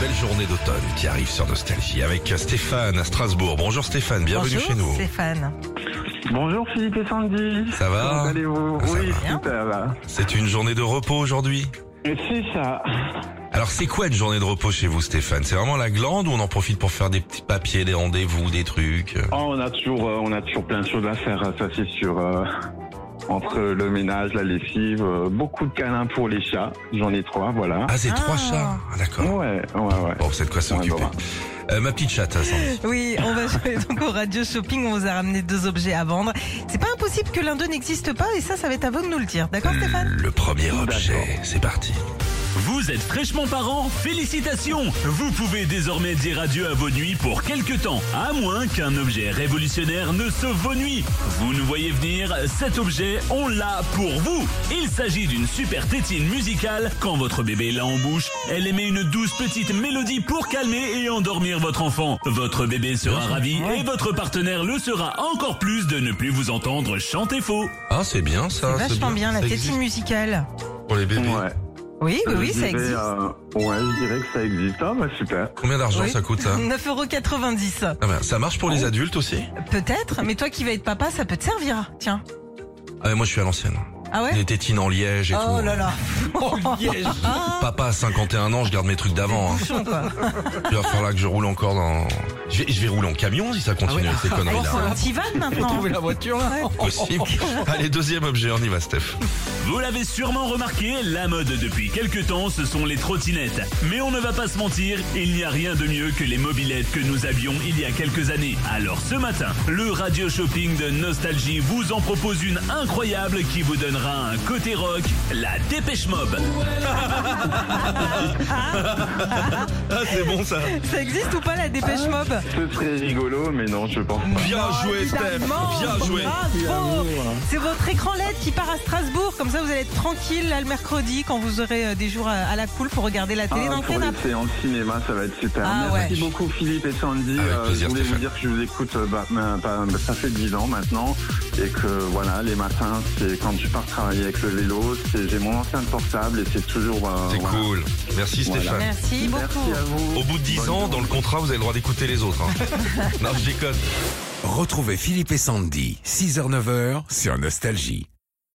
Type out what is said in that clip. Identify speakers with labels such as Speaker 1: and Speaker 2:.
Speaker 1: belle journée d'automne qui arrive sur Nostalgie avec Stéphane à Strasbourg. Bonjour Stéphane, bienvenue
Speaker 2: Bonjour,
Speaker 1: chez nous.
Speaker 2: Stéphane.
Speaker 3: Bonjour Philippe et Sandy.
Speaker 1: Ça va Ah,
Speaker 3: Comment allez-vous
Speaker 1: Ça
Speaker 3: Oui,
Speaker 2: va.
Speaker 3: tout va.
Speaker 1: C'est une journée de repos aujourd'hui.
Speaker 3: C'est ça.
Speaker 1: Alors c'est quoi une journée de repos chez vous Stéphane C'est vraiment la glande ou on en profite pour faire des petits papiers, des rendez-vous, des trucs euh
Speaker 3: Oh, on a toujours, euh, on a toujours plein de choses à faire. Ça c'est sûr. euh, entre le ménage, la lessive, euh, beaucoup de câlins pour les chats. J'en ai trois, voilà.
Speaker 1: Ah c'est
Speaker 2: Ah.
Speaker 1: trois chats, Ah, d'accord.
Speaker 3: Ouais, ouais, ouais.
Speaker 1: Bon, c'est de quoi s'occuper.
Speaker 3: Ouais, bon, bah.
Speaker 1: Euh, ma petite chatte, hein, Sandy.
Speaker 2: Oui, on va jouer donc au Radio Shopping. On vous a ramené deux objets à vendre. C'est pas impossible que l'un d'eux n'existe pas et ça, ça va être à vous de nous le dire. D'accord,
Speaker 1: Euh,
Speaker 2: Stéphane
Speaker 1: Le premier
Speaker 3: D'accord.
Speaker 1: objet, c'est parti.
Speaker 4: Vous êtes fraîchement parents Félicitations Vous pouvez désormais dire adieu à vos nuits pour quelque temps, à moins qu'un objet révolutionnaire ne sauve vos nuits. Vous nous voyez venir, cet objet, on l'a pour vous Il s'agit d'une super tétine musicale. Quand votre bébé l'a en bouche, elle émet une douce petite mélodie pour calmer et endormir votre enfant. Votre bébé sera ravi et votre partenaire le sera encore plus de ne plus vous entendre chanter faux.
Speaker 1: Ah c'est bien
Speaker 2: C'est
Speaker 1: ça. c'est
Speaker 2: Vachement bien, la
Speaker 1: Ça existe
Speaker 2: tétine musicale.
Speaker 1: pour les bébés.
Speaker 3: Ouais.
Speaker 2: Oui, oui, oui,
Speaker 3: Je
Speaker 2: ça
Speaker 3: dirais,
Speaker 2: existe.
Speaker 3: euh, ouais, je dirais que ça existe. Ah, bah super.
Speaker 1: Combien d'argent
Speaker 2: Oui. Oh.
Speaker 1: ça coûte ça
Speaker 2: 9,90€.
Speaker 1: Ah ben, ça marche pour les adultes aussi
Speaker 2: Peut-être, mais toi qui vas être papa, ça peut te servir. Tiens.
Speaker 1: ah, mais Moi je suis à l'ancienne.
Speaker 2: Ah ouais
Speaker 1: Les tétines en liège et
Speaker 2: Oh
Speaker 1: tout.
Speaker 2: là là.
Speaker 1: Papa à 51 ans, je garde mes trucs d'avant. hein.
Speaker 2: Bouchon, quoi.
Speaker 1: Il va falloir que je roule encore dans. Je vais, je vais rouler en camion si ça
Speaker 2: Ah
Speaker 1: continue avec ces
Speaker 2: Bon, faut
Speaker 1: conneries-là.
Speaker 2: un petit van maintenant.
Speaker 5: la voiture là
Speaker 1: Possible. Allez, deuxième objet, on y va, Steph.
Speaker 4: Vous l'avez sûrement remarqué, la mode depuis quelques temps, ce sont les trottinettes. Mais on ne va pas se mentir, il n'y a rien de mieux que les mobilettes que nous avions il y a quelques années. Alors ce matin, le radio shopping de Nostalgie vous en propose une incroyable qui vous donnera un côté rock, la Dépêche Mob.
Speaker 1: Ah, c'est bon ça.
Speaker 2: Ça existe ou pas la dépêche mob
Speaker 3: Ce serait rigolo, mais non, je pense pas.
Speaker 1: Bien
Speaker 2: Oh,
Speaker 1: joué, Steph.
Speaker 2: évidemment.
Speaker 1: Bien joué.
Speaker 2: Bravo. C'est votre écran LED qui part à Strasbourg. Comme ça, vous allez être tranquille là, le mercredi quand vous aurez euh, des jours à, à la cool pour regarder la télé
Speaker 3: Ah,
Speaker 2: dans le
Speaker 3: pour
Speaker 2: canap.
Speaker 3: les séances cinéma, ça va être super.
Speaker 2: Ah,
Speaker 3: Merci
Speaker 2: ouais.
Speaker 3: beaucoup Philippe et Sandy. Euh,
Speaker 1: Avec plaisir,
Speaker 3: je voulais
Speaker 1: Stéphane.
Speaker 3: vous dire que je vous écoute, euh, bah, bah, bah, bah, ça fait 10 ans maintenant, et que voilà, les matins, c'est quand je pars travailler avec le vélo, c'est- j'ai mon ancien portable et c'est toujours. euh,
Speaker 1: C'est
Speaker 3: voilà.
Speaker 1: cool. Merci,
Speaker 3: Voilà.
Speaker 1: Stéphane.
Speaker 2: Merci
Speaker 3: Merci
Speaker 2: beaucoup.
Speaker 3: à vous.
Speaker 1: Au bout de 10
Speaker 3: Bonne
Speaker 1: ans,
Speaker 3: journée.
Speaker 1: dans le contrat, vous avez le droit d'écouter les autres. hein. non, je déconne.
Speaker 5: Retrouvez Philippe et Sandy, 6h-9h sur Nostalgie.